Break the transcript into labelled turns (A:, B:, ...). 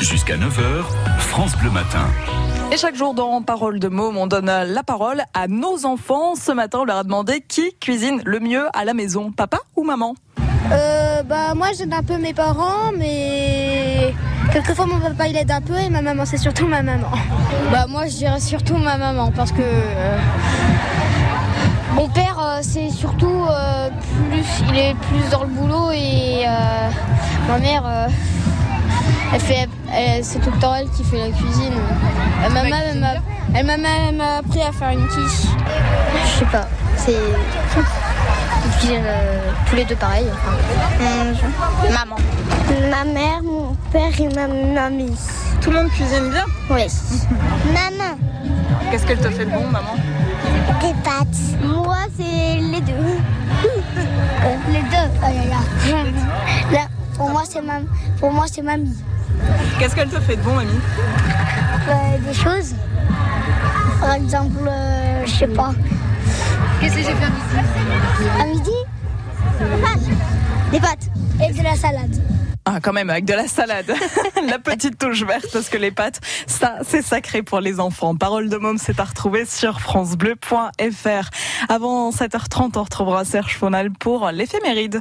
A: Jusqu'à 9h, France Bleu Matin.
B: Et chaque jour dans Parole de Môme, on donne la parole à nos enfants. Ce matin, on leur a demandé qui cuisine le mieux à la maison, papa ou maman
C: Euh, bah moi j'aide un peu mes parents mais quelquefois mon papa il aide un peu et ma maman c'est surtout ma maman. Bah moi je dirais surtout ma maman parce que euh, mon père euh, c'est surtout euh, plus il est plus dans le boulot et euh, ma mère euh, elle fait elle- c'est tout le temps elle qui fait la cuisine. Euh, ma maman elle m'a- elle m'a elle m'a appris à faire une quiche. Je sais pas, c'est ils cuisinent tous les deux pareil. Maman.
D: Ma mère, mon père et ma mamie.
B: Tout le monde cuisine bien.
D: Oui. Maman,
B: Qu'est-ce qu'elle te fait de bon, maman
D: des pâtes. Moi, c'est les deux. les deux. Oh là là. Là, pour moi, c'est mam- pour moi, c'est mamie.
B: Qu'est-ce qu'elle te fait de bon, mamie
D: Euh, des choses. Par exemple, euh, je sais pas. Qu'est-ce que j'ai fait à midi À midi Des pâtes. Et de la salade.
B: Ah, quand même, avec de la salade. la petite touche verte, parce que les pâtes, ça, c'est sacré pour les enfants. Parole de môme, c'est à retrouver sur FranceBleu.fr. Avant 7h30, on retrouvera Serge Fonal pour l'éphéméride.